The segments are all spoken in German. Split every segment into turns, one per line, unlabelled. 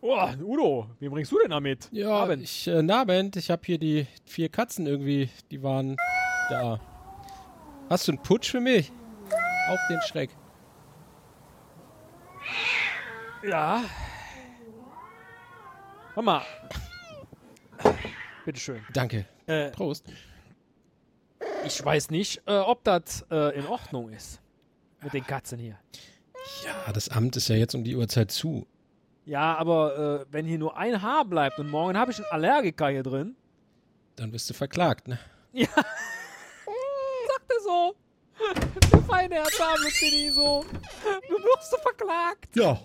Oh, Udo, wen bringst du denn da mit?
Ja, Abend. ich, äh, na, Abend, ich habe hier die vier Katzen irgendwie, die waren da. Hast du einen Putsch für mich? Auf den Schreck.
Ja. Mama. Bitteschön.
Danke.
Äh,
Prost.
Ich weiß nicht, äh, ob das äh, in Ordnung ist. Mit den Katzen hier.
Ja, das Amt ist ja jetzt um die Uhrzeit zu.
Ja, aber äh, wenn hier nur ein Haar bleibt und morgen habe ich einen Allergiker hier drin.
Dann wirst du verklagt, ne?
Ja. Sagt er so. Der feine Herr Dame so. Du wirst so verklagt.
Ja.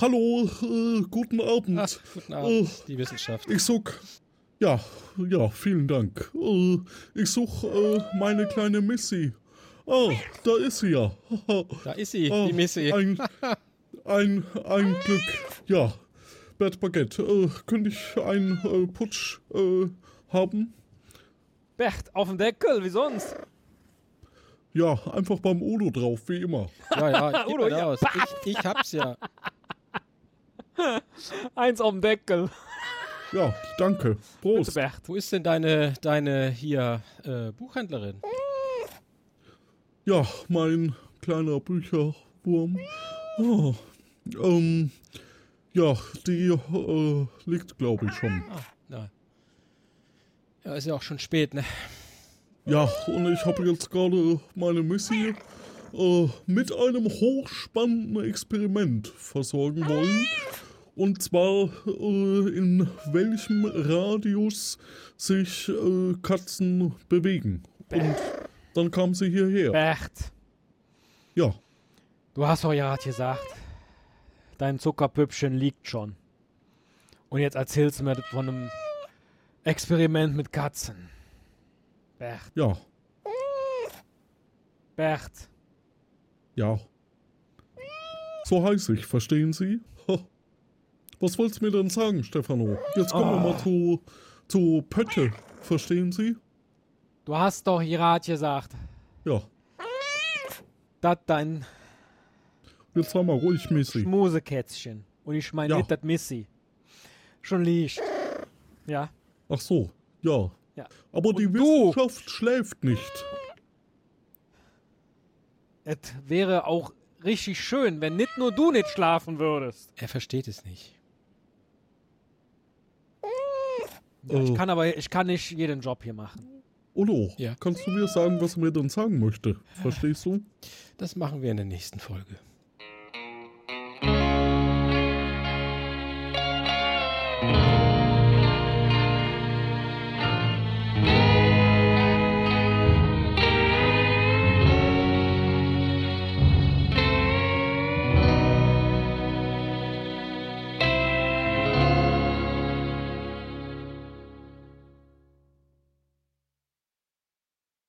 Hallo, äh, guten Abend.
Ach, guten Abend,
Oh.
die Wissenschaft.
Ich such. Ja, ja, vielen Dank. Äh, ich such äh, meine kleine Missy. Ah, da ist sie ja.
Da ist sie,
Oh.
Ah,
die Missy.
Ein, ein, ein Glück. Ja. Bert Baguette, äh, könnte ich einen äh, Putsch äh, haben?
Bert, auf dem Deckel, wie sonst?
Ja, einfach beim Udo drauf, wie immer.
Ja, ja, gib
Udo,
mir
ja.
raus. Ich, ich hab's ja.
Eins auf dem Deckel.
Ja, danke.
Bitte,
Prost.
Bert.
Wo ist denn deine, deine hier äh, Buchhändlerin?
Ja, mein kleiner Bücherwurm. Ah, ähm, ja, die äh, liegt, glaube ich, schon.
Na. Ja, ist ja auch schon spät, ne?
Ja, und ich habe jetzt gerade meine Missy äh, mit einem hochspannenden Experiment versorgen wollen. Und zwar, äh, in welchem Radius sich äh, Katzen bewegen. Und dann kam sie hierher.
Bert,
Ja,
du hast doch ja gerade gesagt, dein Zuckerpüppchen liegt schon. Und jetzt erzählst du mir von einem Experiment mit Katzen. Bert,
ja,
Bert.
Ja. So heiß ich, verstehen Sie? Ha. Was wollt's mir denn sagen, Stefano? Jetzt kommen
Ah.
wir mal zu, zu Pötte, verstehen Sie?
Du hast doch gerade gesagt,
Ja.
dass dein
Jetzt sei mal ruhig, Missy.
Schmusekätzchen, und ich meine
Ja.
nicht das Missy, schon liegt. Ja,
Ach so, ja.
ja.
Aber die
Und du?
Wissenschaft schläft nicht.
Es wäre auch richtig schön, wenn nicht nur du nicht schlafen würdest.
Er versteht es nicht.
Ja, Ich
Oh.
kann aber, ich kann nicht jeden Job hier machen.
Udo,
Ja.
kannst du mir sagen, was er mir denn sagen möchte? Verstehst du?
Das machen wir in der nächsten Folge.